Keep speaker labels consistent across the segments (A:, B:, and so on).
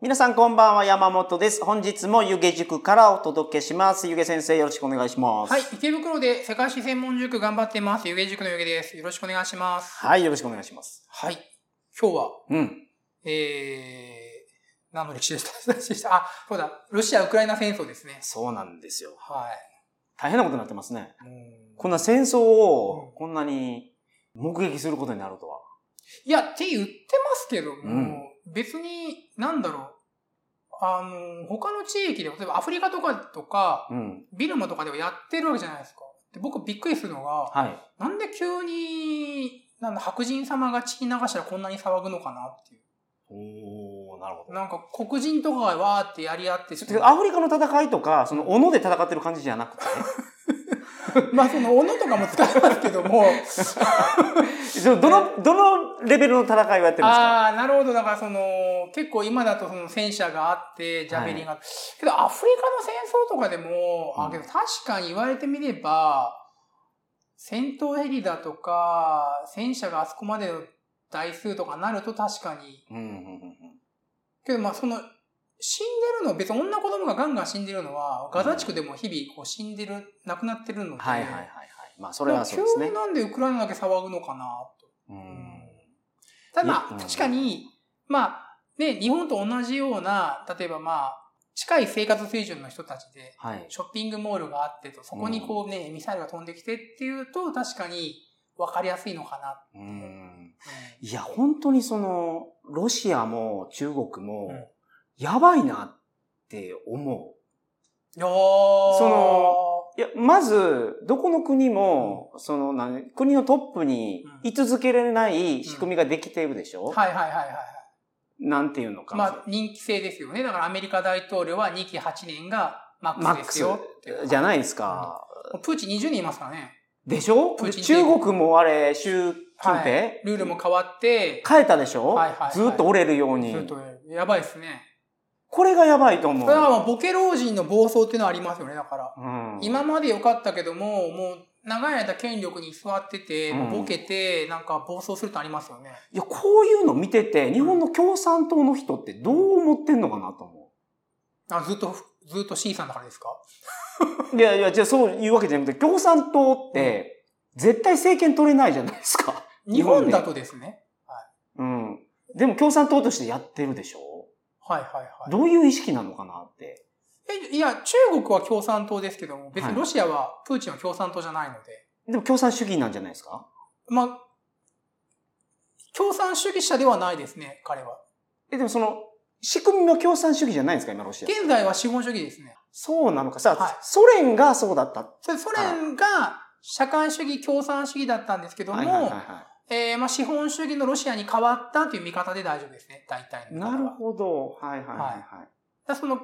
A: 皆さんこんばんは、山本です。本日も湯気塾からお届けします。湯気先生、よろしくお願いします。
B: はい、池袋で世界史専門塾頑張ってます。ゆげ塾のゆげです。よろしくお願いします。
A: はい、よろしくお願いします。
B: はい。今日は、
A: うん。
B: えー、何の歴史でした 歴史でしたあ、そうだ。ロシア・ウクライナ戦争ですね。
A: そうなんですよ。
B: は
A: 大変なことになってますね。
B: い。もう
A: こんな戦争を、こんなに目撃することになるとは。
B: いや、って言ってますけども、
A: うん
B: 別に、なんだろう。あの、他の地域で、例えばアフリカとかとか、
A: うん。
B: ビルマとかではやってるわけじゃないですか。で僕びっくりするのが、
A: はい。
B: なんで急に、なんだ、白人様が血流したらこんなに騒ぐのかなっていう。
A: おー、なるほど。
B: なんか黒人とかがわーってやり合って、ちょっと、
A: アフリカの戦いとか、その、斧で戦ってる感じじゃなくて、
B: まあその斧とかも使いますけど も、
A: そのどの、どのレベルの戦いをやってるんですか
B: ああ、なるほど。だからその、結構今だとその戦車があって、ジャベリンがあって、けどアフリカの戦争とかでも、
A: うん
B: あ、けど確かに言われてみれば、戦闘ヘリだとか、戦車があそこまでの台数とかなると確かに、
A: うん、うん、うんうん。
B: けどまあその、死んでるの、別に女子供がガンガン死んでるのは、ガザ地区でも日々こう死んでる、亡くなってるので、
A: はいはいはいはい。まあ、それはそうです
B: 急
A: ね
B: に。なんでウクライナだけ騒ぐのかなと。
A: うん。
B: た
A: い
B: だま
A: やうん
B: あ、確かに、まあ、ね、日本と同じような、例えばまあ、近い生活水準の人たちで、
A: はい。
B: ショッピングモールがあってと、そこにこうね、ミサイルが飛んできてっていうと、確かに分かりやすいのかな。
A: うん。
B: うん
A: いや、本当にその、ロシアも中国
B: う
A: も
B: ん、
A: やばいなって思
B: いや
A: そ
B: そ
A: の、う。いや、まず、どこの国も、その、何国のトップに
B: うん
A: 居続けられない仕組みができているでしょ、
B: はいはいはいはいはい。
A: なんていうのか。
B: まあ、人気制ですよね。だからアメリカ大統領は2期8年がマ
A: マ
B: ッ
A: ッ
B: クスで
A: ク
B: す
A: ス
B: よっていう。
A: じゃないですか。
B: もうプーチン20人いますからね。
A: でしょ
B: プーチン
A: 中国もあれ、習近平、
B: はいルールも変わって、
A: 変えたでしょ、
B: はいはいはい
A: ずっと折れるように
B: ちょっ。とやばいですね。
A: これがやばいと思。
B: そうれはもうボケ老人の暴走っていうのはありますよね、だから。
A: うん、
B: 今まで良かったけども、もう長い間権力に座ってて、
A: うん
B: ボケて、なんか暴走するってありますよね。
A: いや、こういうの見てて、日本の共産党の人ってどう思ってんのかなと思
B: あずっと、ずっと C さんだからですか
A: う。いやいや、じゃあそういうわけじゃなくて、共産党って、絶対政権取れないじゃないですか。日
B: 日
A: 本で
B: 本だとですね。
A: うん。でも共産党としてやってるでしょ
B: はいはいは
A: どういう意識なのかなって。
B: い。えいや、中国は共産党ですけども、別
A: はい
B: にロシアはプーチンは共産党じゃないので、
A: でも共産主義なんじゃないですか
B: まあ、共産主義者ではないですね、彼は。
A: え、でもその、仕組みも共産主義じゃないんですか今、ロシア。
B: 現在は資本主義ですね。
A: そうなのかさ、
B: はい
A: ソ連がそうだった。
B: それソ連が社会主義、共産主義だったんですけども、
A: はいはいはいは
B: えーまあ、資本主義のロシアに変わったという見方で大丈夫ですね、大体
A: い。
B: の方
A: な
B: は
A: るほど。はいはいはい、
B: は
A: はい。
B: だからその、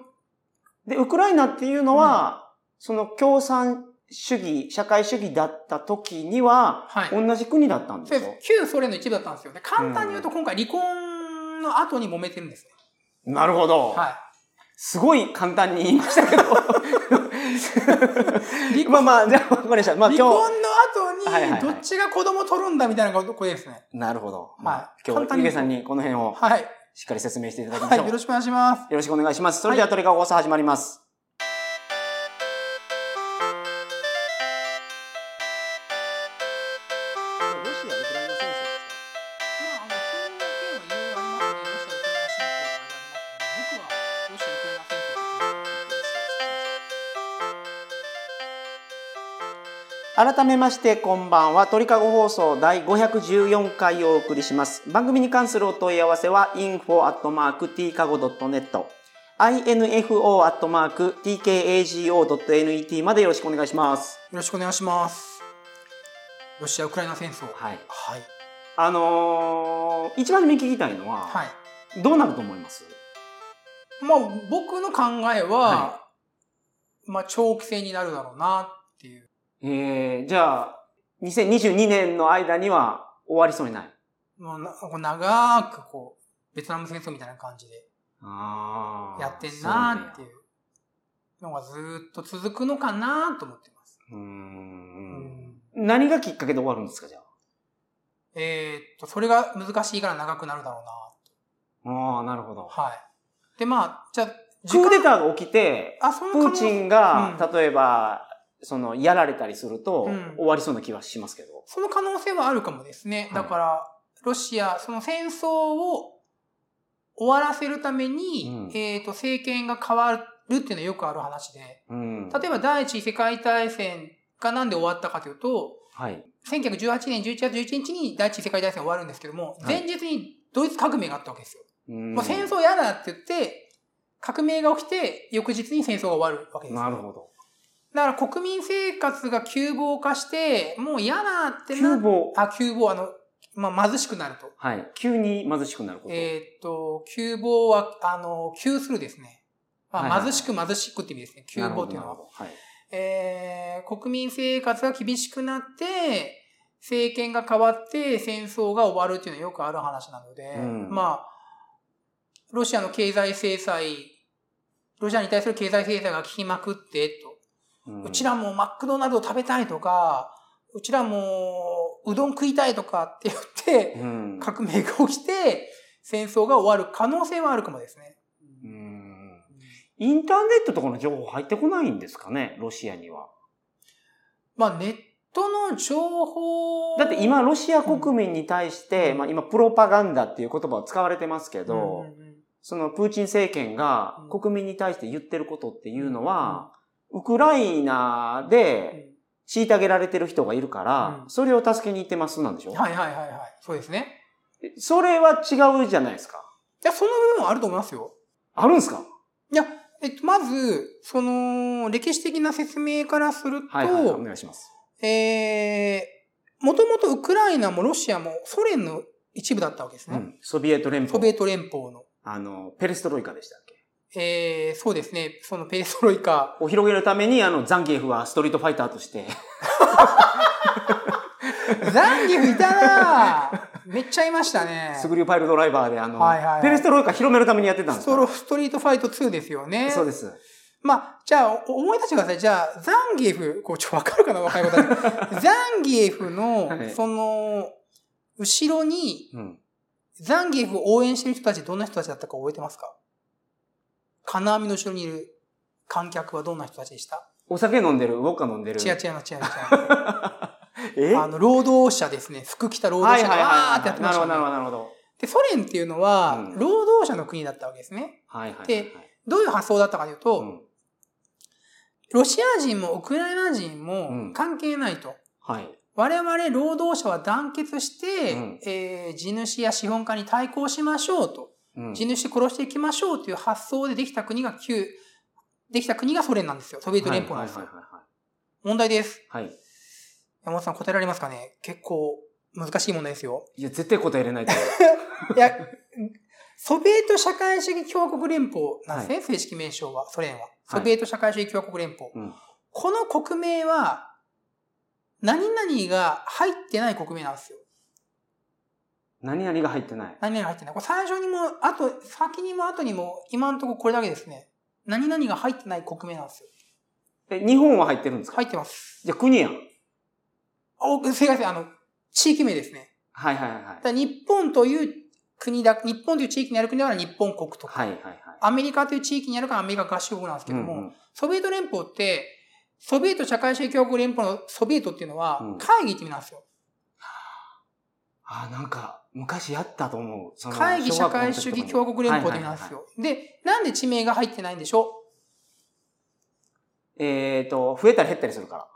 A: で、ウクライナっていうのは、その共産主義、社会主義だった時には、
B: はい。
A: 同じ国だったんで
B: そ
A: す
B: う
A: よ
B: で。す旧ソ連の一部だったんですよ。で、簡単に言うと今回離婚の後に揉めてるんですね。
A: なるほど
B: はい。
A: すごい簡単に言いましたけど。
B: 離
A: まあまあ、じゃあ、わかりました。まあ
B: 離
A: 今
B: 婚
A: 日。はいはいはい
B: の後に、どっちが子供取るんだみたいなことですね。
A: なるほど。まあ、今
B: 簡
A: 日、
B: 単
A: ゆ
B: に
A: げさんにこの辺を
B: はい。
A: しっかり説明していただきま
B: はい。
A: しょう。
B: よ
A: よ
B: ろしくお願いし ます。
A: ろしくお願いします。それでは、トリカゴ放送始まります。ロシア、ウクライナ戦争ですか
B: まあ、あの、そういう件は言うありますね。ロシア、ウクライナ侵攻とかありますね。僕はロシア、ウクライナ侵攻があ
A: 改めましてこんばんは鳥かご放送第514回をお送りします番組に関するお問い合わせは info.tkago.net info.tkago.net までよろしくお願いします
B: りますね。よろしくお願いします。ロシア、ウクライナ戦争。は
A: は
B: い。
A: い
B: はい。
A: あのー、一番目に聞きたいのは、どうなると思います
B: まあ、僕の考えは、
A: は
B: まあ、長期戦になるだろうなっていう。
A: えー、じゃあ2022年の間には終わりそうにない
B: まあな、こう長くこう、ベトナム戦争みたいな感じで
A: あー
B: やってんなーっていうのがずーっと続くのかなーと思ってます。
A: そうなんやうーん
B: うん
A: 何がきっかけで終わるんですかじゃあ
B: えーっと、それが難しいから長くなるだろうな
A: ああ、なるほど。
B: はい。で、まあ、じゃあ、
A: クーデターが起きて、
B: あ、そ
A: プ
B: の
A: ーチンが、
B: う
A: 例えば、その、やられたりすると、
B: うん
A: 終わりそうな気はしますけど。
B: その可能性はあるかもですね。
A: はい
B: だから、ロシア、その戦争を終わらせるため
A: う
B: に、
A: ん
B: えっ、と、政権が変わるっていうのはよくある話で、
A: うん。
B: 例えば第一次世界大戦がなんで終わったかというと、
A: はい。
B: 1918年11月11日に第一次世界大戦終わるんですけども、
A: はい
B: 前日にドイツ革命があったわけですよ。
A: も
B: もう戦争嫌だって言って、革命が起きて、翌日に戦争が終わるわけですよ。
A: なるほど。
B: だから国民生活が窮乏化して、もう嫌だってな
A: 急
B: っ
A: 暴。
B: あ、窮乏、あの、まあ、貧しくなると。
A: はい。急に貧しくなること。
B: えーっと、窮乏は、あの、窮するですね。
A: はい
B: ま
A: はい
B: あ、
A: はい
B: 貧しく貧しくって意味ですね。窮乏っていうの
A: なる
B: は
A: ほ。どはい。
B: えー、国民生活が厳しくなって、政権が変わって戦争が終わるっていうのはよくある話なので、
A: うん
B: まあ、ロシアの経済制裁、ロシアに対する経済制裁が効きまくって、
A: う
B: と。
A: ん
B: うちらもマクドナルド食べたいとか、うちらもうどん食いたいとかって言って、
A: うん。
B: 革命が起きて、戦争が終わる可能性はあるかもですね。
A: うんインターネットとかの情報入ってこないんですかね、ロシアには。
B: まあ、ネットの情報
A: だって今、ロシア国民に対して、
B: うん
A: まあ今、プロパガンダっていう言葉を使われてますけど、
B: うんうんうん
A: そのプーチン政権が
B: うん
A: 国民に対して言ってることっていうのは、ウクライナで虐げられてる人がいるから、
B: うん
A: それを助けに行ってますなんでしょ、
B: はいはいはいはい。そうですね。
A: それは違うじゃないですか。
B: いや、その部分はあると思いますよ。
A: あるんですか
B: いや、えっと、まず、その、歴史的な説明からすると、
A: はいはい、お願いします。
B: えー、もともとウクライナもロシアもソ連の一部だったわけです
A: う
B: ね。
A: ん。ソビエト連邦。
B: ソビエト連邦の。
A: あの、ペレストロイカでしたっけ
B: えー、そうですね。そのペーストロイカ。
A: を広げるために、あの、ザンギエフはストリートファイターとして、
B: ザンギフいたなぁめっちゃいましたね。
A: スグリューパイルドライバーで、あの、
B: はいはいはい
A: ペレストロイカ広めるためにやってたんで
B: ス
A: す
B: トロ
A: か
B: ストリートファイト2ですよね。
A: そうです。
B: まあ、じゃあ、お思い出してください。じゃあ、ザンギエフ、こう、ちょ、わかるかな若い方に。 ザンギエフの
A: はい、
B: その、後ろに、
A: うん。
B: ザンギエフを応援してる人たち、どんな人たちだったか覚えてますか金網の後ろにいる観客はどんな人たちでした
A: お酒飲んでる、ウォッカ飲んでる。
B: 違う違います、違う違います。
A: え
B: あの、労働者ですね。服着た労
A: は
B: 働
A: いはい
B: 者が
A: はいは
B: わーっ
A: い。
B: てやってま
A: な
B: し
A: る
B: た
A: ほど、
B: ね
A: なるほど、なるほど。
B: で、ソ連っていうのは
A: う、ん
B: 労働者の国だったわけですね。
A: はいはいはいはい。
B: でどういう発想だったかというと、
A: うん
B: ロシア人もウクライナ人
A: うん
B: も関係ないと。
A: はい。
B: 我々労働者は団結して、
A: うん
B: えー地主や資本家に対抗しましょうと。
A: うん
B: 地主殺していきましょうという発想でできた国が旧、できた国がソ連なんですよ。ソビエト連邦なんです
A: は
B: よ。
A: い
B: 問題です。
A: はいはいはい。はい。
B: 山本さん答えられますかね結構難しい問題ですよ。
A: いや、絶対答えれないと思う。
B: いや、ソビエト社会主義共和国連邦なんですね、正式名称は、ソ連は。ソビエト社会主義共和国連邦。
A: うん
B: この国名は、何々が入ってない国名なんですよ。
A: 何々が入ってない。
B: 何々が入ってない。これ最初にも、あと、先にも後にも、今のところこれだけですね。何々が入ってない国名なんですよ。
A: え、日本は入ってるんですか
B: 入ってます。
A: じゃあ国やん。
B: お、正解です。あの、地域名ですね。
A: はいはいはい。
B: だから日本という国だ、日本という地域にある国だから日本国とか、
A: はいはいはい。
B: アメリカという地域にあるからアメリカ合衆国なんですけども、
A: うんうん
B: ソビエト連邦って、ソビエト社会主義共和国連邦のソビエトっていうのは
A: うん
B: 会議って意味なんですよ。
A: あ、なんか、昔やったと思う。その
B: 会議社会主義共和国連邦って意味なんです。
A: 小学校の時とかにはいはいはい
B: よ。で、なんで地名が入ってないんでしょ
A: えーと、増えたり減ったりするから。
B: う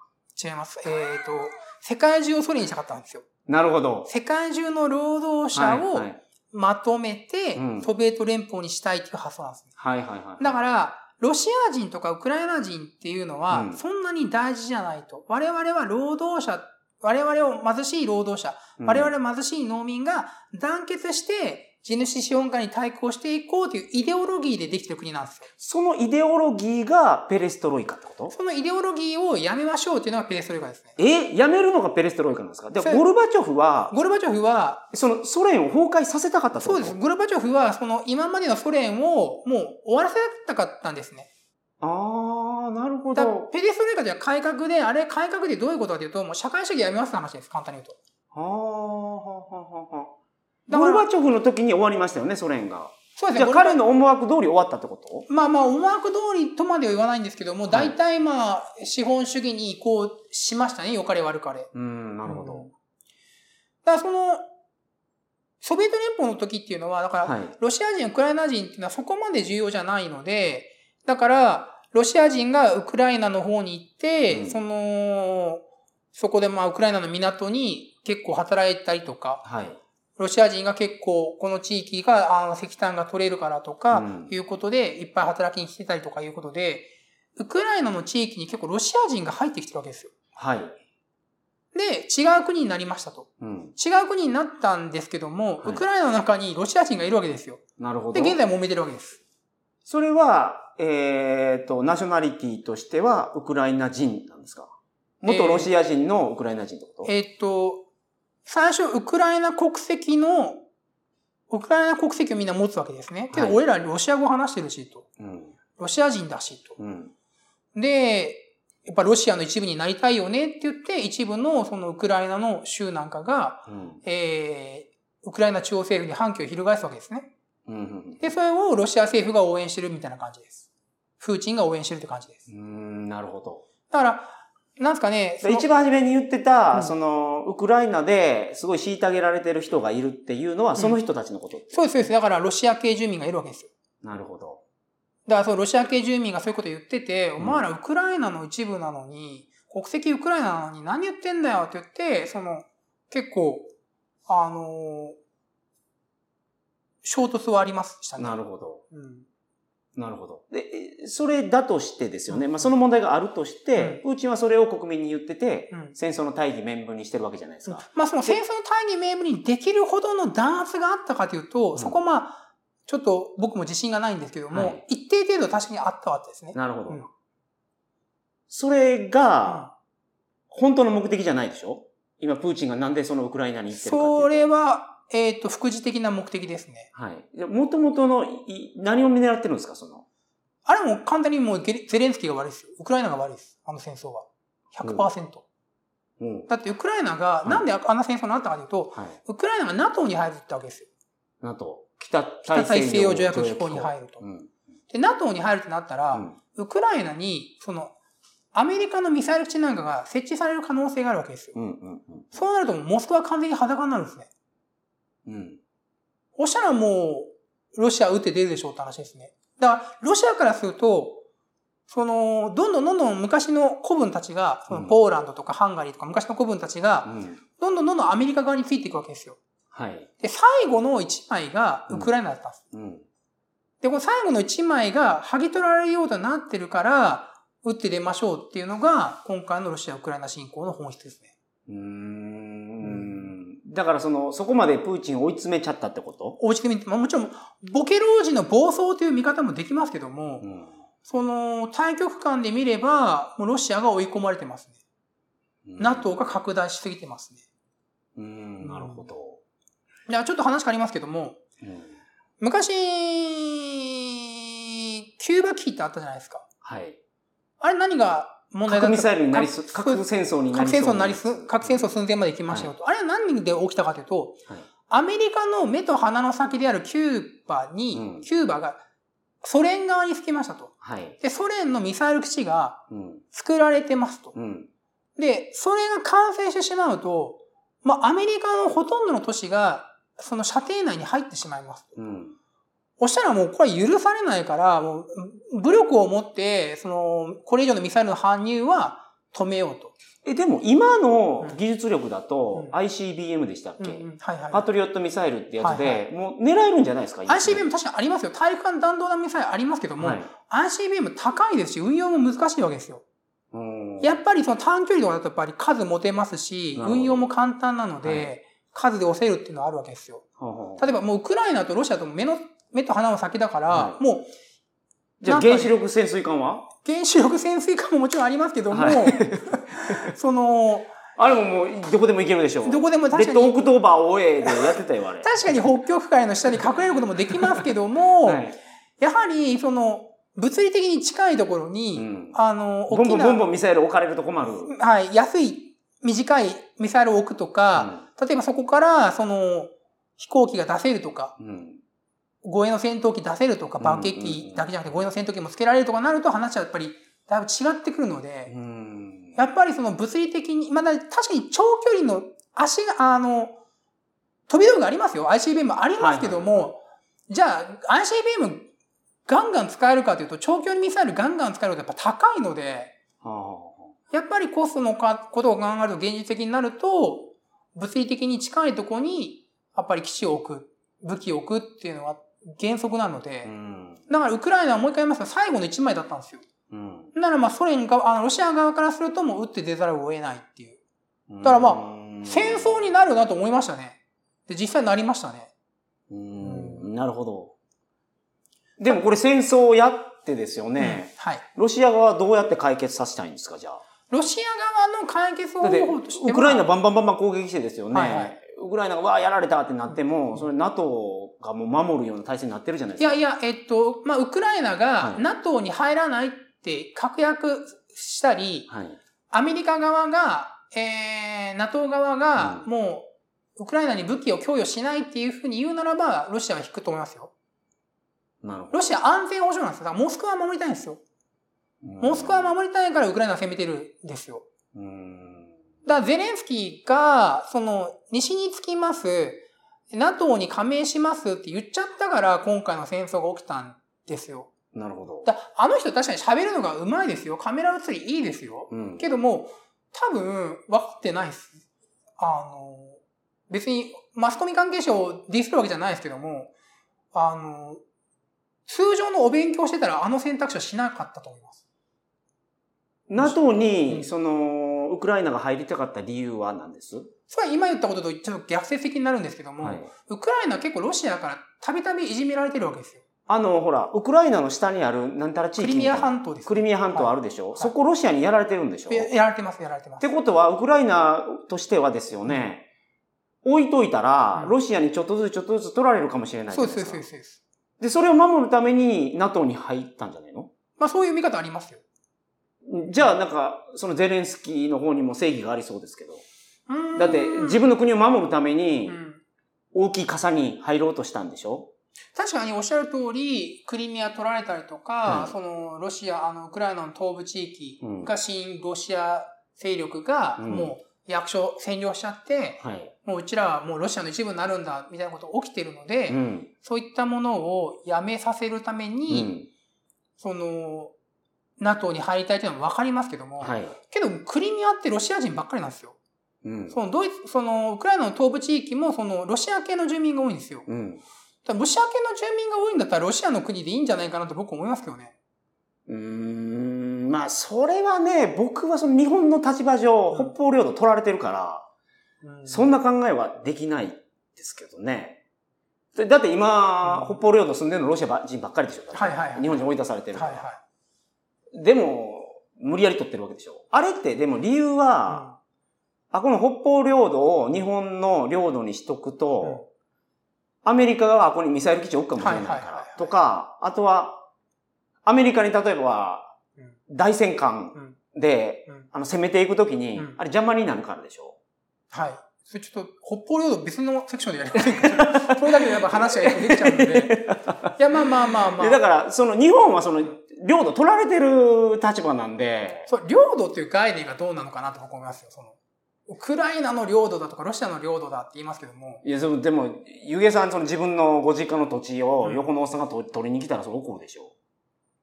B: 違います。えっ、と、世界中をソ連にしたかったんですよ。
A: なるほど。
B: 世界中の労働者を
A: はい
B: まとめて
A: うん
B: ソビエト連邦にしたいっていう発想なんですね。
A: はいはいはい。
B: だから、ロシア人とかウクライナ人っていうの
A: う
B: は
A: ん
B: そんなに大事じゃないと。我々は労働者、我々を貧しい労働者、
A: うん
B: 我々貧しい農民が団結して地主資本家に対抗していこうというイデオロギーでできてる国なんですよ。
A: そのイデオロギーがペレストロイカってこと
B: そのイデオロギーをやめましょうというのがペレストロイカですね。
A: え、やめるのがペレストロイカなんですかで、
B: そう
A: ゴルバチョフは、
B: ゴルバチョフは、
A: そのソ連を崩壊させたかったって
B: そ
A: こ
B: う
A: と
B: です。。ゴルバチョフはその今までのソ連をもう終わらせたかったんですね。
A: あー、なるほ
B: だ
A: ど。
B: ペレストロイカでは改革で、あれ改革でどういうことかというと、もう社会主義やめますって話です。簡単に言うと。
A: あー、はははは。
B: だ
A: ゴ
B: か
A: ルバ
B: ら、
A: チョフの時に終わりましたよね、ソ連が。
B: そうです
A: じ
B: ね。
A: ゃあ
B: これ
A: 彼の思惑通り終わったってこと
B: まあまあ、思惑通りとまでは言わないんですけども、大体まあ、資本主義に移行しましたね、良かれ悪かれ。
A: うん、なるほ
B: うん
A: ど。
B: だからその、ソビエト連邦の時っていうのは、だから、
A: はい。
B: ロシア人、ウクライナ人っていうのはそこまで重要じゃないので、だから、ロシア人がウクライナの方に行って、
A: うん
B: その、そこでまあ、ウクライナの港に結構働いたりとか、
A: はい。
B: ロシア人が結構この地域があの石炭が取れるからと
A: う
B: か
A: ん、
B: いうことで、いっぱい働きに来てたりとかいうことで、ウクライナの地域に結構ロシア人が入ってきてるわけですよ。
A: はい。
B: で、違う国になりましたと。
A: うん。
B: 違う国になったんですけども、
A: はい
B: ウクライナの中にロシア人がいるわけですよ。
A: なるほ
B: で、
A: ど。
B: 現在揉めてるわけです。
A: それは、えっ、と、ナショナリティとしては、ウクライナ人なんですか元ロシア人のウクライナ人ってこと、
B: えーっと、最初、ウクライナ国籍の、ウクライナ国籍をみんな持つわけですね。けど、
A: はい
B: 俺らロシア語話してるし、と。
A: うん。
B: ロシア人だし、と。
A: うん。
B: で、やっぱロシアの一部になりたいよねって言って、一部のそのウクライナの州なんかが、
A: うん。
B: えー、ウクライナ中央政府に反旗を翻すわけですね。
A: うんうん
B: で、それをロシア政府が応援してるみたいな感じです。プーチンが応援してるって感じで
A: う
B: す。
A: ん。なるほど。
B: だから、なんですかね、その
A: 一番初めに言ってた、
B: うん
A: その、ウクライナですごい虐げられてる人がいるっていうのは、
B: ん
A: その人たちのこと。
B: そうです、そうです。だからロシア系住民がいるわけですよ。
A: なるほど。
B: だからそう、ロシア系住民がそういうこと言ってて、
A: ん
B: お前らウクライナの一部なのに、国籍ウクライナなのに何言ってんだよって言って、その、結構、あのー衝突はありましたね。
A: なるほど。
B: うん
A: なるほど。で、えそれだとしてですよね。まあ、その問題があるとして、プーチンはそれを国民に言ってて、
B: うん
A: 戦争の大義面分にしてるわけじゃないですか。
B: まあその戦争の大義名分にできるほどの弾圧があったかというと、
A: ん
B: そこまあ、ちょっと僕も自信がないんですけども、
A: はい
B: 一定程度確かにあったわけですね。
A: なるほど。
B: うん
A: それが、本当の目的じゃないでしょ今、プーチンがなんでそのウクライナに行ってるかっていうと
B: それは、えっ、と、副次的な目的ですね。
A: はい。じゃあ元々のい、何を狙ってるんですかその。
B: あれも簡単にもうゲリゼレンスキーが悪いですよ。ウクライナが悪いです。あの戦争は。100%。
A: うん。
B: だってウクライナが、
A: い
B: なんでああんな戦争になったかというと、
A: はい。
B: ウクライナが NATO に入るってわけですよ。
A: なんと、北
B: 北
A: 大
B: 大西
A: 西
B: 洋
A: 洋
B: 条
A: 条
B: 約
A: 約
B: 機
A: 機
B: 構
A: 構
B: に入ると
A: う。ん。
B: で、NATO に入るってなったら、
A: うん
B: ウクライナに、その、アメリカのミサイル基地なんかが設置される可能性があるわけですよ。
A: うんうんうん
B: そうなるともうモスクワは完全に裸になるんですね。
A: うん。
B: そしたらもう、ロシア撃って出るでしょうって話ですね。だから、ロシアからすると、その、どんどんどんどん昔の古文たちが、その
A: うん
B: ポーランドとかハンガリーとか昔の古文たち
A: う
B: が、
A: ん。
B: どんどんどんどんアメリカ側についていくわけですよ。
A: はい。
B: で、最後の一枚がウクライナだったんです。
A: うん。
B: で、この最後の一枚が剥ぎ取られるようとなってるから、撃って出ましょうっていうのが、今回のロシア・ウクライナ侵攻の本質ですね。
A: うーん。だからその、そこまでプーチンを追い詰めちゃったってこと
B: おうちで見て、まあもちろん、ボケ老人の暴走という見方もできますけども、
A: ん。
B: その、対局観で見れば、もうロシアが追い込まれてますね。NATO が拡大しすぎてますね。
A: うん、なるほど。
B: じゃあちょっと話変わりますけども、
A: うん。
B: 昔、キューバ危機ってあったじゃないですか。
A: はい。
B: あれ何が問題だ
A: 核ミ
B: った
A: サイルになりそ
B: か
A: 核核戦争になり
B: 核
A: そう
B: 戦争になりす、核戦争寸前まで行きましたよと。あれは何で起きたかというと、
A: はい
B: アメリカの目と鼻の先であるキューバに、
A: うん
B: キューバがソ連側につきましたと。
A: はい。
B: で、ソ連のミサイル基地が
A: うん。
B: 作られてますと。
A: うん。
B: で、それが完成してしまうと、まあ、アメリカのほとんどの都市が、その射程内に入ってしまいますと。
A: うん。
B: おしたらもうこれ許されないから、もう武力を持って、その、これ以上のミサイルの搬入は止めようと。
A: え、でも今の技術力だと
B: うん
A: ICBM でしたっ
B: うん
A: け
B: うんはいはい
A: パ。トリオットミサイルってやつ
B: はいは
A: で、もう狙えるんじゃないですか
B: ICBM 確かにありますよ。大陸間弾道弾ミサイルありますけども、
A: はい
B: ICBM 高いですし、運用も難しいわけですよ。
A: うん
B: やっぱりその短距離とかだとやっぱり数持てますし、
A: なるほど
B: 運用も簡単なので、
A: は
B: 数で押せるっていうのはあるわけですよ。
A: ほうほう
B: 例えばもうウクライナとロシアと目の、目と鼻の先だから、
A: はい
B: もう
A: じゃ
B: な
A: あ
B: んかね
A: 原子力潜水艦は
B: 原子力潜水艦ももちろんありますけども、
A: は
B: その、
A: あれももうどこでも行けるでしょう。
B: どこでも
A: レ
B: 確か
A: ッドオ
B: に、
A: クトーバーオーエーでやってたよ、あれ。
B: 確かに北極海の下に隠れることもできますけども、
A: はい
B: やはり、その、物理的に近いところに、
A: うん
B: あの、
A: ボ
B: 大
A: ンボ
B: き
A: ン
B: な、
A: ボンボンミサイル置かれると困る。
B: はい、安い、短いミサイルを置くとか、例えばそこから、その、飛行機が出せるとか、
A: うん。
B: 護衛の戦闘機出せるとか、
A: うんうんうん
B: 爆撃機だけじゃなくて護衛の戦闘機もつけられるとかなると話はやっぱりだいぶ違ってくるので、
A: うん
B: やっぱりその物理的に、まあ、だ確かに長距離の足が、あの、飛び道具ありますよ。ICBM ありますけども、じゃあ ICBM ガンガン使えるかというと、長距離ミサイルガンガン使えるとやっぱ高いので、
A: は
B: やっぱりコストのかことを考えると現実的になると、物理的に近いところに、やっぱり基地を置く、武器を置くっていうのは原則なの
A: あ
B: で、
A: うん
B: だからウクライナはもう一回言いますが、最後の一枚だったんですよ。
A: うん
B: ならまあソ連が、あのロシア側からするともう撃って出ざるを得ないっていう。
A: うん
B: だからまあ
A: うん
B: 戦争になるなと思いましたね。で、実際になりましたね。
A: うんなるほど。でもこれ戦争をやってですよね。
B: はい。
A: ロシア側はどうやって解決させたいんですか、じゃあ。
B: ロシア側の解決方
A: だって
B: 法としては
A: ウクライナバンバンバンバン攻撃してですよね。
B: はいはい
A: ウクライナがわあやられたってなっても、
B: うん
A: それ NATO がもう守るような体制になってるじゃない
B: い
A: です
B: や
A: か。
B: いや、えっと、まあ、ウクライナ
A: は
B: が
A: い
B: NATO に入らないって確約したり、
A: はい。
B: アメリカ側が、えー、NATO 側が
A: う、ん
B: もう、ウクライナに武器を供与しないっていうふうに言うならば、ロシアは引くと思いますよ。
A: なるほど。
B: ロシア安全保障なんですよ。だからモスクワは守りたいんですよ。モスクワ
A: も
B: は守りたいからウクライナは攻めてるんですよ。
A: うん。
B: だからゼレンスキーが、その、西につきます、NATO に加盟しますって言っちゃったから、今回の戦争が起きたんですよ。
A: なるほど。
B: だあの人確かに喋るのが上手いですよ。カメラ映りいいですよ。
A: うん。
B: けども、多分、分かってないです。あの、別に、マスコミ関係者をディスるわけじゃないですけども、あの、通常のお勉強してたらあの選択肢はしなかったと思います。
A: NATO
B: う
A: に、
B: ん
A: その、ウクライナが入りたかった理由は何です
B: それは今言ったこととちょっと逆説的になるんですけども、
A: はい。
B: ウクライナは結構ロシアからたびたびいじめられてるわけですよ。
A: あの、ほら、ウクライナの下にある、なんたら地
B: ク
A: 域
B: リ
A: み
B: ミ
A: たい
B: ア
A: な
B: 半島です。
A: クリミア半島あるでしょ、
B: い
A: そこロシアにやられてるんでしょ、
B: や
A: っ
B: やられてます、やられてます
A: て。ことは、ウクライナとしてはですよね、置いといたら
B: う、ん
A: ロシアにちょっとずつちょっとずつ取られるかもしれないじ
B: そ
A: ゃ
B: う
A: な
B: で
A: いで
B: す、そうです
A: か
B: す、そう。ですそうです。
A: で、それを守るために NATO に入ったんじゃないの
B: まあそういう見方ありますよ。
A: じゃあ、なんか、そのゼレンスキーの方にも正義がありそうですけど。
B: うーん
A: だって、自分の国を守るために
B: う、ん
A: 大きい傘に入ろうとしたんでしょ
B: 確かにおっしゃる通り、クリミア取られたりとか、
A: はい
B: その、ロシア、あの、ウクライナの東部地域
A: うん
B: が、新ロシア勢力が、
A: うん
B: もう、役所占領しちゃって、
A: はい。
B: もううちらはもうロシアの一部になるんだ、みたいなこと起きてるので、
A: うん。
B: そういったものをやめさせるため
A: う
B: に、
A: ん。
B: その、NATO に入りたいというのはわかりますけども、
A: はい。
B: けど、クリミアってロシア人ばっかりなんですよ。
A: うん。
B: その、ドイツ、その、ウクライナの東部地域も、その、ロシア系の住民が多いんですよ。
A: うん。
B: だからロシア系の住民が多いんだったらロシアの国でいいんじゃないかなと僕思いますけどね。
A: うーんまあ、それはね、僕はその日本の立場上、
B: うん
A: 北方領土取られてるから、そんな考えはできないですけどね。でだって今、
B: うん
A: 北方領土住んでるのロシア人ばっかりでしょ。だって
B: はいはいはい
A: 日本人追い出されてるか
B: は
A: ら。
B: いは
A: でも、無理やり取ってるわけでしょ。あれって、でも理由は、あ、この北方領土を日本の領土にしとくと、アメリカがここにミサイル基地を置くかもしれない
B: はい
A: か
B: はいはいは
A: ら
B: い。
A: とか、あとは、アメリカに例えば
B: うん、
A: 大戦艦
B: い。うん。
A: で、
B: うん。
A: あの、攻めていくときに、
B: うん
A: あれ邪魔になるからでしょ。
B: はい。それちょっと、北方領土別のセクションでやりませんか それだけでやっぱ話が一個できちゃうので。いや、まあまあまあま
A: でだ
B: あ。
A: から、その、日本はその、領土取られてる立場なんで、
B: そう、領土っていう概念がどうなのかなと僕思いますよ。その、ウクライナの領土だとかロシアの領土だって言いますけども、
A: いや、でも、でも、ゆげさん、その自分のご実家の土地を横のおっさんが取取りに来たら、それ怒るでしょ。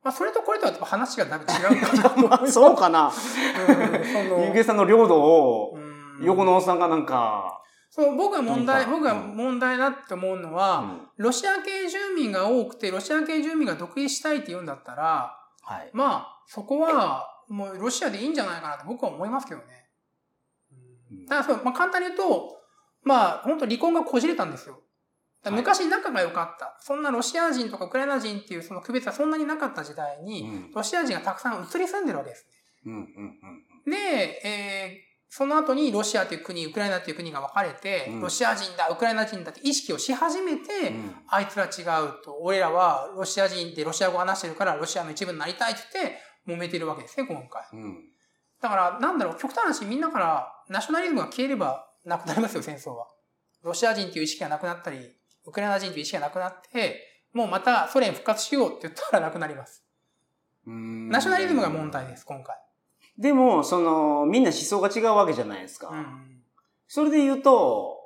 B: まあそれとこれとはやっぱ話がだいぶ違う かなと思い
A: ま
B: ま
A: あ、
B: す。
A: そうかな。
B: うんその
A: ゆげさんの領土を、
B: うん
A: 横のおっさんがなんか、
B: そう、僕は問題、
A: 何か
B: 僕は問題だって思うのは、ロシア系住民が多くて、ロシア系住民が独立したいって言うんだったら、
A: はい。
B: まあ、そこは、もうロシアでいいんじゃないかなと僕は思いますけどね。
A: うん
B: だからそう、まあ簡単に言うと、まあ、本当離婚がこじれたんですよ。だから昔仲が良かった。そんなロシア人とかウクライナ人っていうその区別はそんなになかった時代
A: う
B: に、
A: ん
B: ロシア人がたくさん移り住んでるわけです
A: うんうんうん
B: ね。で、えーその後にロシアという国、ウクライナという国が分かれて、
A: うん
B: ロシア人だ、ウクライナ人だって意識をし始めて、
A: うん
B: あいつら違うと、俺らはロシア人でロシア語を話してるからロシアの一部になりたいって言って揉めてるわけですね、今回。
A: うん
B: だから、なんだろう、極端な話、みんなからナショナリズムが消えればなくなりますよ、戦争は。ロシア人という意識がなくなったり、ウクライナ人という意識がなくなって、もうまたソ連復活しようって言ったらなくなります。ナ
A: ナ
B: ショナリズムが問題です、今回。
A: でも、その、みんな思想が違うわけじゃないですか。
B: うん
A: それで言うと、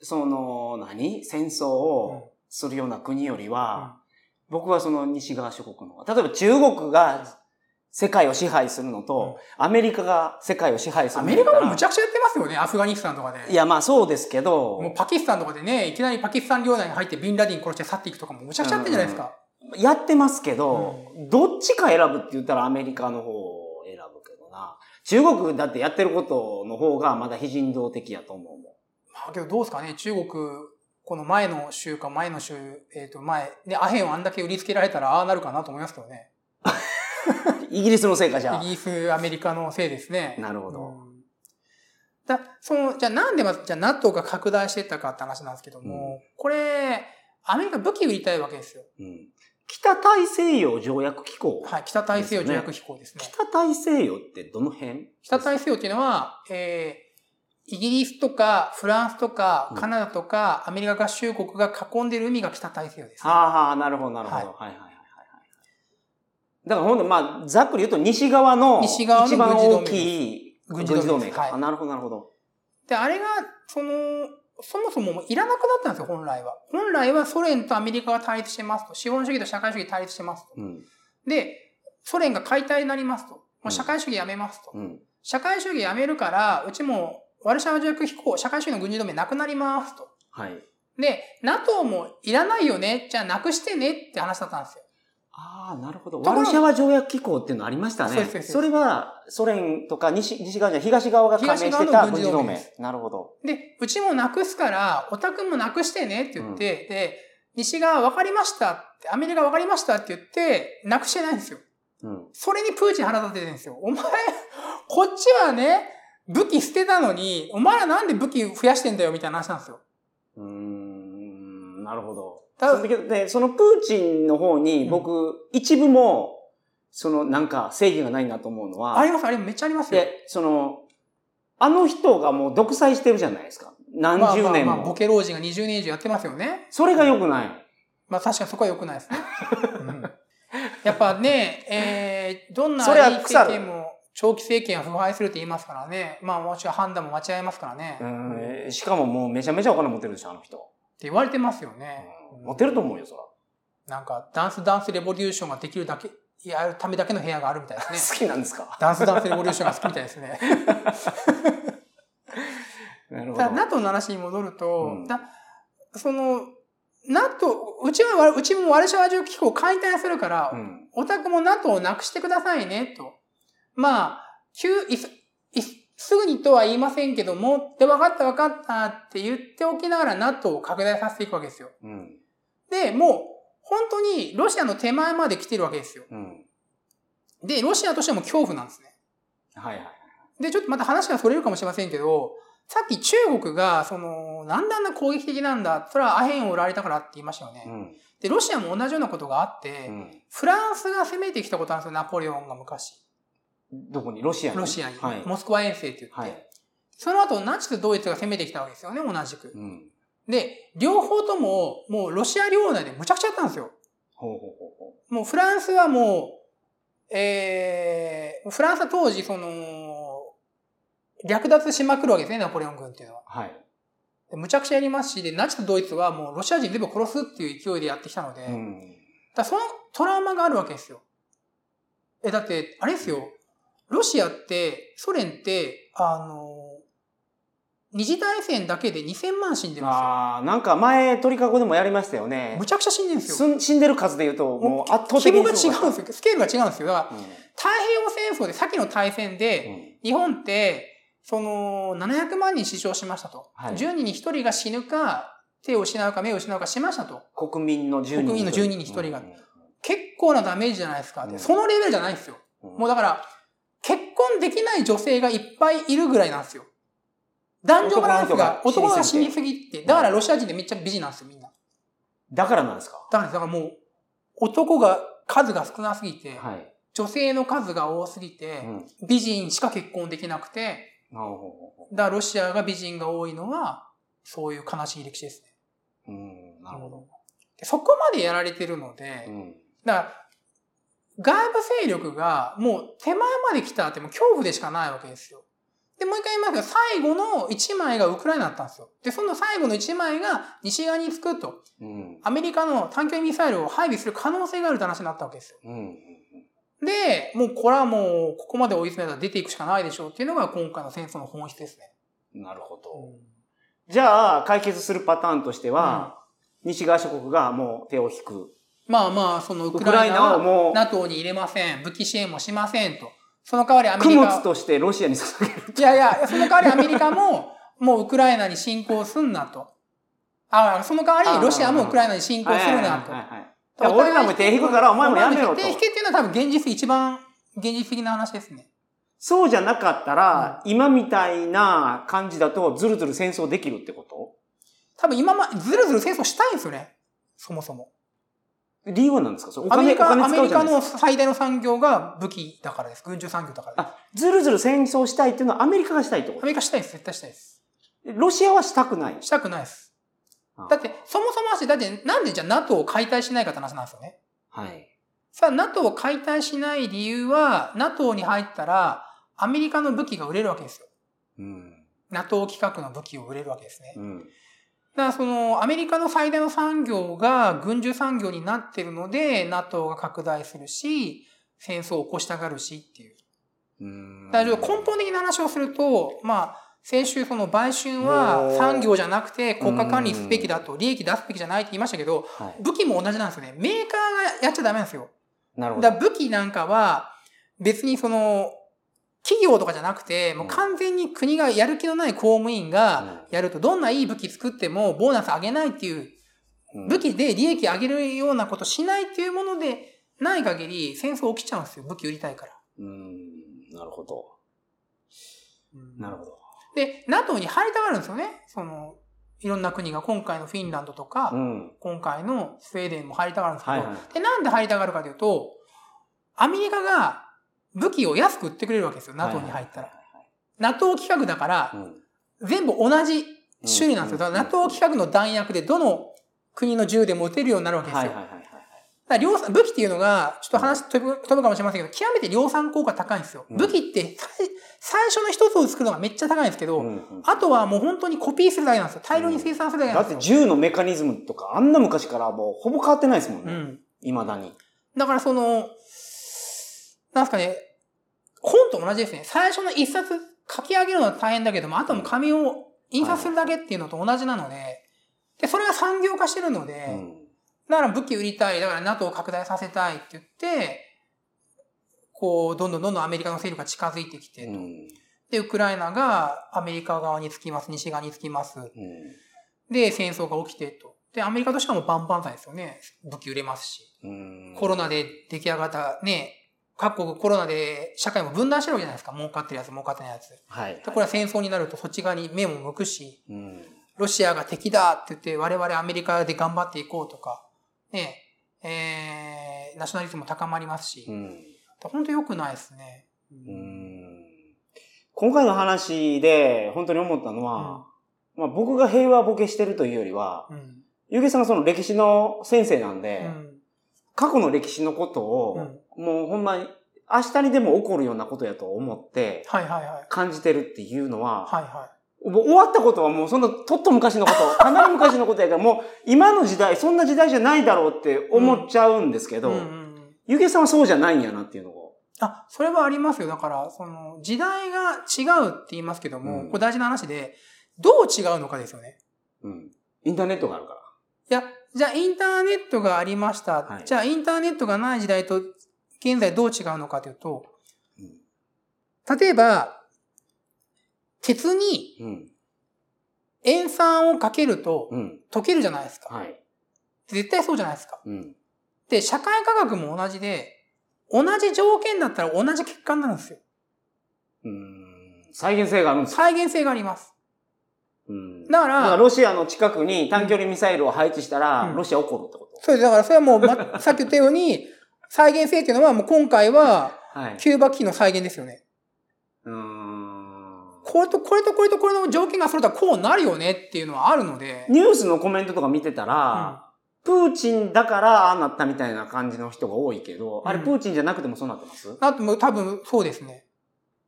A: その、何戦争
B: う
A: を
B: ん
A: するような国よりは、僕はその西側諸国の方が、例えば中国が世界を支配するのと、アメリカが世界を支配す
B: ア
A: る
B: メリカもむ
A: 無
B: ちゃくちゃやってますよね、アフガニスタンとかで。
A: いや、まあそうですけ
B: もう
A: ど、
B: パキスタンとかでね、いきなりパキスタン領内に入ってビンラディン殺して去っていくとかもむちゃくちゃやってんじゃないですか。
A: やってますけど、どっちか選ぶって言ったらアメリカの方を選ぶけどな。中国だってやってることの方がまだ非人道的やと思うもん。
B: まあけどどうですかね、中国、この前の週か前の週、えっ、と前、ね、アヘンをあんだけ売りつけられたらああなるかなと思いますけどね。
A: イギリスのせいかじゃ
B: イ
A: あ。
B: ギリス、アメリカのせいですね。
A: なるほど。
B: うんだそのじゃあなんでまずじゃあ NATO が拡大していったかって話なんですけども、これ、アメリカ武器売りたいわけですよ。
A: うん北大西洋条約機構、
B: はい、北大西洋条約機構ですね。
A: 北大西洋ってどの辺
B: 北大西洋っていうのは、えーイギリスとかフランスとか
A: うん
B: カナダとかアメリカ合衆国が囲んでる海が北大西洋です、ね。
A: はあはあ、なるほど、なるほど。はいはいはいはいはい。だからほんで、まあ、ざっくり言うと西側の、
B: 西側の
A: 一番大
B: 軍事同盟
A: きい
B: 軍事同盟です
A: か、
B: はい
A: あなるほど、なるほど。
B: で、あれが、その、そもそももういらなくなったんですよ、本来は。本来はソ連とアメリカが対立してますと。資本主義と社会主義対立してますと。
A: うん。
B: で、ソ連が解体になりますと。もう社会主義やめますと。
A: うん。
B: 社会主義やめるから、うちもワルシャワ条約機構、社会主義の軍事同盟なくなりますと。
A: はい。
B: で、NATO もいらないよね、じゃあなくしてねって話だったんですよ。
A: ああ、なるほど。
B: とこ
A: ワ
B: ろ
A: ルシャワ条約機構っていうのありましたね。
B: そうですそうです
A: れは、ソ連とか西西側じゃない東側が加盟して
B: 東
A: た
B: 側
A: 軍
B: の軍
A: 事
B: 事
A: 同
B: 同
A: 盟
B: 盟。
A: なるほど。
B: で、うちもなくすから、オタクもなくしてねって言って、で、西側分かりましたって、アメリカ分かりましたって言って、なくしてないんですよ。
A: うん。
B: それにプーチン腹立ててるんですよ。お前、こっちはね、武器捨てたのに、お前らなんで武器増やしてんだよみたいな話なんですよ。
A: うーん、なるほど。
B: た
A: その時で、そのプーチンの方に僕、一部も、そのなんか正義がないなと思うのは、
B: あります、あれめっちゃありますよ。
A: で、その、あの人がもう独裁してるじゃないですか。何
B: まあ
A: 十年も。
B: まあまあ、ボケ老人が20年以上やってますよね。
A: それが良くない。
B: まあ確かにそこは良くないですね。やっぱね、えー、どんな
A: それはい
B: い
A: 腐る
B: 政権も、長期政権は腐敗するって言いますからね。まあもちろん判断も間違えますからね。
A: う
B: っ
A: ん、えーしかももうめちゃめちゃお金持ってるでしょ、あの人。
B: て言われてますよね。
A: うん持ってると思うよ、そら。
B: なんか、ダンスダンスレボリューションができるだけ、やるためだけの部屋があるみたいですね。
A: 好きなんですか。
B: ダンスダンスレボリューションが好きみたいですね。
A: なるほ
B: た
A: ど。
B: だ、NATO の話に戻ると、
A: うん
B: だその、NATO、うちは、うちもワルシャワ条約機構を解体するから、
A: うん。
B: オタクも NATO をなくしてくださいね、と。まあ、急、いす、いすすぐにとは言いませんけども、で、分かった分かったって言っておきながら NATO を拡大させていくわけですよ。
A: うん。
B: で、もう、本当にロシアの手前まで来てるわけですよ。
A: うん。
B: で、ロシアとしても恐怖なんですね。
A: はいはい。
B: で、ちょっとまた話がそれるかもしれませんけど、さっき中国が、その、なんであんな攻撃的なんだ、それはアヘンを売られたからって言いましたよね。
A: うん。
B: で、ロシアも同じようなことがあって、
A: うん。
B: フランスが攻めてきたことなんですよ、ナポレオンが昔。
A: どこにロシアに
B: ロシアに、
A: はい。
B: モスクワ遠征って言って、
A: はい。
B: その後ナチスドイツが攻めてきたわけですよね、同じく。
A: うん。
B: で、両方とも、もうロシア領内でむちゃくちゃやったんですよ。
A: ほうほうほうほう。
B: もうフランスはもう、えー、フランスは当時、その、略奪しまくるわけですね、ナポレオン軍っていうのは。
A: はい。
B: でむちゃくちゃやりますし、で、ナチスドイツはもうロシア人全部殺すっていう勢いでやってきたので、
A: うん。
B: だからそのトラウマがあるわけですよ。え、だって、あれですよ。ロシアって、ソ連って、あの、二次大戦だけで2000万死んでるんですよ。
A: ああ、なんか前、鳥かごでもやりましたよね
B: む。ちゃくちゃ死んでるんです
A: す
B: よ。
A: ん死んでる数で言うと、もう圧倒
B: 規
A: 的
B: 模
A: に
B: が違うんですす
A: ごかっ
B: よ。スケールが違うんですよ。だから
A: た。、
B: 太平洋戦争で、さっきの大戦
A: う
B: で、
A: ん
B: 日本って、その、700万人死傷しましたと。
A: はい
B: 10人に1人が死ぬか、手を失うか目を失うかしましたと。
A: うん国民の10人に
B: 国民の10人に1人が
A: うん
B: 結構なダメージじゃないですか。で
A: うん
B: そのレベルじゃないんですよ。
A: うん
B: もうだから、結婚できない女性がいっぱいいるぐらいなんですよ。男女バランスが、
A: 男の
B: 男
A: 人が
B: が
A: 死
B: 死
A: に
B: に
A: す
B: すぎって。だからロシア人でめっちゃ美人なんですよ、みんな。
A: だからなんですか
B: だから、だからもう、男が、数が少なすぎて、
A: はい。
B: 女性の数が多すぎ
A: う
B: て、
A: ん。
B: 美人しか結婚できなくて、
A: なるほ
B: だからロシアが美人が多いのは、そういう悲しい歴史ですね。
A: ど。うん、なるほど。
B: そこまでやられてるので、
A: うん。
B: だから、外部勢力がもう手前まで来たってもう恐怖でしかないわけですよ。で、もう一回言いますけど、最後の1枚がウクライナだったんですよ。で、その最後の1枚が西側につくと、
A: うん。
B: アメリカの短距離ミサイルを配備する可能性があるって話になったわけですよ。
A: うん。
B: で、もうこれはもうここまで追い詰めたら出ていくしかないでしょうっていうのが今回の戦争の本質ですね。
A: なるほど。じゃあ、解決するパターンとしては、西側諸国がもう手を引く。
B: まあまあ、そのウ
A: ウ
B: ク
A: ク
B: ラ
A: ラ
B: イ
A: イ
B: ナ
A: ナは
B: は
A: もう、
B: NATO に入れません。武器支援もしませんと。その代わりアメ
A: 供
B: リカは。
A: 物としてロシアに捧げる。
B: いやいや、その代わりアメリカも、もうウクライナに侵攻すんなと。あその代わりロシアもウクライナに侵攻するなと
A: はい。はいはいはいだから俺らも手引くからお前もやめろと
B: 手。引けっていうのは多分現実一番現実的な話ですね。
A: そうじゃなかったら、今みたいな感じだとずるずる戦争できるってこ
B: 多分今ま、ずるずる戦争したいんですよね。そもそも。
A: と理由は何ですかそれお
B: アメ
A: 金、
B: リ
A: お
B: カ、
A: 金
B: アメ
A: 使う
B: リ
A: じゃな
B: カ
A: いですか。
B: の最大の産業が武器だからです。軍需産業だからです。
A: あ、ずるずる戦争したいっていうのはアメリカがしたいってこ
B: アメリカしたいです。絶対したいです。
A: とロシアはしたくない。
B: したくないです
A: あ。
B: だって、そもそも話、だってなんでじゃあ NATO を解体しないかって話なんですよね。
A: はい。
B: さあ、NATO を解体しない理由は、NATO に入ったら、アメリカの武器が売れるわけですよ。
A: うん。
B: NATO 規格の武器を売れるわけですね。
A: うん。
B: だから、その、アメリカの最大の産業が軍需産業になってるので、NATO が拡大するし、戦争を起こしたがるしっていう。
A: うん
B: だから根本的な話をすると、まあ、先週その買収は
A: おー
B: 産業じゃなくて国家管理すべきだと、利益出すべきじゃないって言いましたけど、
A: はい。
B: 武器も同じなんですよね。メーカーがやっちゃダメなんですよ。
A: なるほど
B: だ。から武器なんかは、別にその、企業とかじゃなくて、もう完全に国がやる気のない公務員がやると、どんないい武器作ってもボーナス上げないっていう、
A: うん
B: 武器で利益上げるようなことしないっていうものでない限り、戦争起きちゃうんですよ。武器売りたいから。
A: うん。なるほど。なるほど。
B: で、NATO に入りたがるんですよね。その、いろんな国が、今回のフィンランドとか、
A: うん。
B: 今回のスウェーデンも入りたがるんですけど、
A: はいはい
B: で、なんで入りたがるかというと、アメリカが武器を安く売ってくれるわけですよ、NATO に入ったら。
A: はい
B: NATO 規格だから、
A: はいはい。うん
B: 全部同じ種類なんですよ。だから NATO 規格の弾薬でどの国の銃でも撃てるようになるわけです
A: は
B: よ。
A: いはい
B: だか
A: はいはい。
B: ら量産武器っていうのが、ちょっと話飛ぶ飛ぶかもしれませんけど、極めて量産効果高いんですよ。
A: うん
B: 武器って最最初の一つを作るのがめっちゃ高いんですけど、
A: うんうん
B: あとはもう本当にコピーするだけなんですよ。大量に生産するだけ
A: だ
B: なん
A: って
B: ですよ。
A: 銃のメカニズムとかあんな昔からもうほぼ変わってないですもん
B: う
A: ね。
B: ん。
A: いまだに。
B: だからその、なんすかね、本と同じですね。最初の一冊書き上げるのは大変だけども、あともう紙を印刷するだけっていうのと同じなので、で、それが産業化してるので、
A: うん
B: だから武器売りたい、だから NATO を拡大させたいって言って、こう、どんどんどんどんアメリカの勢力が近づいてきて、
A: うん
B: で、ウクライナがアメリカ側につきます、西側につきます。
A: うん
B: で、戦争が起きてと。で、アメリカとしてはもう万々歳ですよね。武器売れますし。
A: うん
B: コロナで出来上がったね、各国コロナで社会も分断してるわけじゃないですか。儲かってるやつ、儲かってないやつ。で
A: はいはい。
B: これは戦争になるとそっち側に目も向くし、
A: うん
B: ロシアが敵だって言って我々アメリカで頑張っていこうとか、ね、えー、ナショナリズムも高まりますし、
A: うん
B: 本当良くないですね。
A: うん今回の話で本当に思ったのは、まあ僕が平和ボケしてるというよりは、
B: うん。
A: ゆうげさんがその歴史の先生なん
B: う
A: で、
B: ん。
A: 過去の歴史のことを、もうほんまに明日にでも起こるようなことやと思って
B: はいはいはい。
A: 感じてるっていうのは、
B: はいは
A: もう終わったことはもうそんなとっと昔の こと、かなり昔のことやから、もう今の時代、そんな時代じゃないだろうって思っちゃうんですけ
B: い。
A: ど、
B: うんうんうん
A: ゆげさんはそうじゃないんやなっていうのを。
B: あ、それはありますよ。だから、その、時代が違うって言いますけども、
A: うん
B: これ大事な話で、どう違うのかですよね。
A: うん。インターネットがあるから。
B: いや、じゃあインターネットがありました。
A: はい
B: じゃあインターネットがない時代と現在どう違うのかというと、例えば、鉄に
A: うん。
B: 塩酸をかけると
A: うん。
B: 溶けるじゃないですか。
A: はい。
B: 絶対そうじゃないですか。
A: うん。
B: で、社会科学も同じで、同じ条件だったら同じ結果になるんですよ。
A: うん。再現性があるんですよ。
B: 再現性があります。
A: うん。
B: だから
A: ロシアの近くに短距離ミサイルを配置したら、
B: うん
A: ロシア怒るってこ
B: そうです。だからそれはもう、ま、さっき言ったように、再現性っていうのはもう今回は
A: と。はい。
B: キューバ危機の再現ですよね。
A: うーん。
B: これとこれとこれとこれの条件が揃ったらこうなるよねっていうのはあるので、
A: ニュースのコメントとか見てたら、プーチンだからああなったみたいな感じの人が多いけど、あれ
B: うん
A: プーチンじゃなくてもそうなってます、
B: なもう多分そうですね。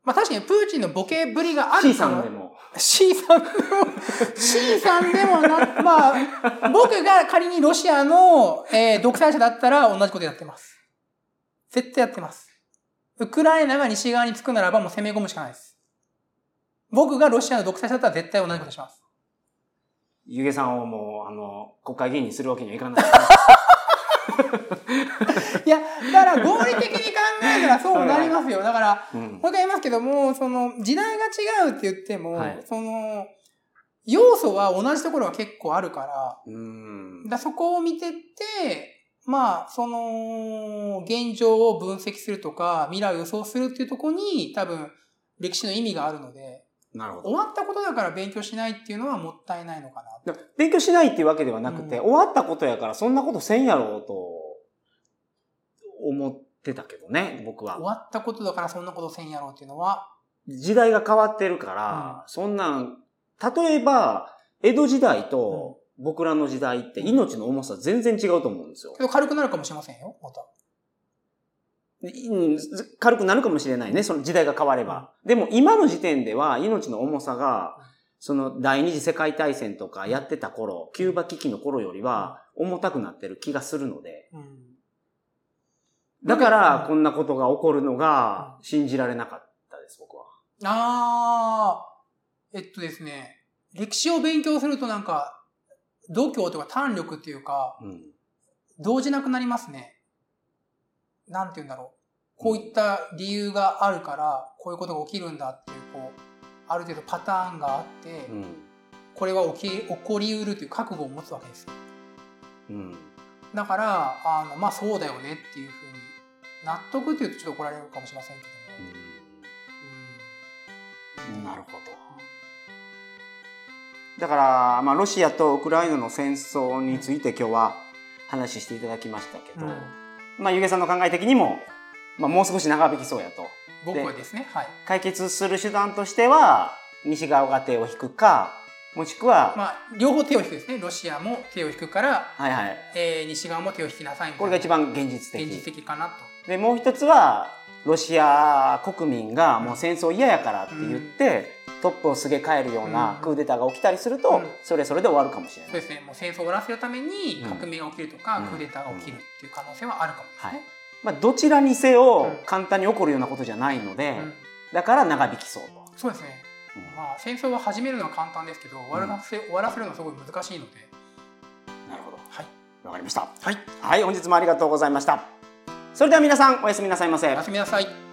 B: まあ確かにプーチンのボケぶりがある
A: ?C さんでも。
B: C さ んでも、C さんでもな、まあ、僕が仮にロシアの、えー独裁者だったら同じことやってます。絶対やってます。ウクライナが西側につくならばもう攻め込むしかないです。僕がロシアの独裁者だったら絶対同じことします。
A: ゆげさんをもう、あの、国会議員にするわけにはいか ない。
B: いや、だから合理的に考えたらそうなりますよ。だから、
A: うん
B: もう一回言いますけども、その、時代が違うって言っても、
A: はい
B: その、要素は同じところは結構あるから、
A: うん。
B: だそこを見てって、まあ、その、現状を分析するとか、未来を予想するっていうところに、多分、歴史の意味があるので、
A: なるほど。
B: 終わったことだから勉強しないっていうのはもったいないのか
A: だ
B: な。
A: から勉強しないっていうわけではなくて、
B: うん
A: 終わったことやからそんなことせんやろうと、思ってたけどね、僕
B: 終
A: は。
B: わったことだからそんなことせんやろうっていうのは、
A: 時代が変わってるから、そんなん、例えば、江戸時代と僕らの時代って命の重さ全然違うと思うんですよ
B: け。ど軽くなるかもしれませんよ、また。
A: うんず軽くなるかもしれないね、その時代が変われば。でも今の時点では命の重さが
B: うん、
A: その第二次世界大戦とかやってた頃、キューバ危機の頃よりは重たくなってる気がするので。
B: うん。
A: だか
B: う
A: ら
B: ん
A: こんなことが起こるのが信じられなかったです、僕は。
B: あー、えっとですね、歴史を勉強するとなんか、度胸とか胆力っていうか、
A: うん。
B: 動じなくなりますね。なんて言うんだろう。こういった理由があるから、こういうことが起きるんだっていう、こう、ある程度パターンがあって、
A: うん。
B: これは起き、起こりうるという覚悟を持つわけですよ。
A: うん。
B: だから、あの、まあそうだよねっていうふうに、納得っていうとちょっと怒られるかもしれませんけども。
A: うんなるほど。だから、まあ、ロシアとウクライナの戦争について今日は話していただきましたけ
B: う
A: ど、
B: ん
A: まあ、ゆげさんの考え的にも、まあ、もう少し長引きそうやと。
B: 僕はですね、はい。
A: 解決する手段としては、西側が手を引くか、もしくは、
B: まあ、両方手を引くですね。ロシアも手を引くから、
A: はいはい。
B: えー西側も手を引きなさいみた
A: これ
B: い
A: が
B: な。
A: 一番現実的。
B: 現実的かなと。
A: で、もう一つは、ロシア国民がもう戦争嫌やからって言って、トップをすげ替えるような
B: うん
A: クーデターが起きたりすると、
B: うん
A: それはそれで終わるかもしれ
B: そ
A: な
B: うで
A: い。
B: すね、もう戦争を終わらせるために
A: うん
B: 革命が起きるとか、
A: うん
B: クーデターが起きるっていう可能性はあるかもですね。
A: まあ、どちらにせよ
B: うん
A: 簡単に起こるようなことじゃないので、
B: うん
A: だから長引きそうと。
B: そうですね、
A: うん
B: まあ、戦争は始めるのは簡単ですけど終わらせ,、終わらせるのはすごい難しいので、
A: なるほど。
B: はい、
A: わかりました。
B: はい、
A: はい、本日もありがとうございました。それでは皆さん、おやすみなさいませ。
B: おやすみなさい。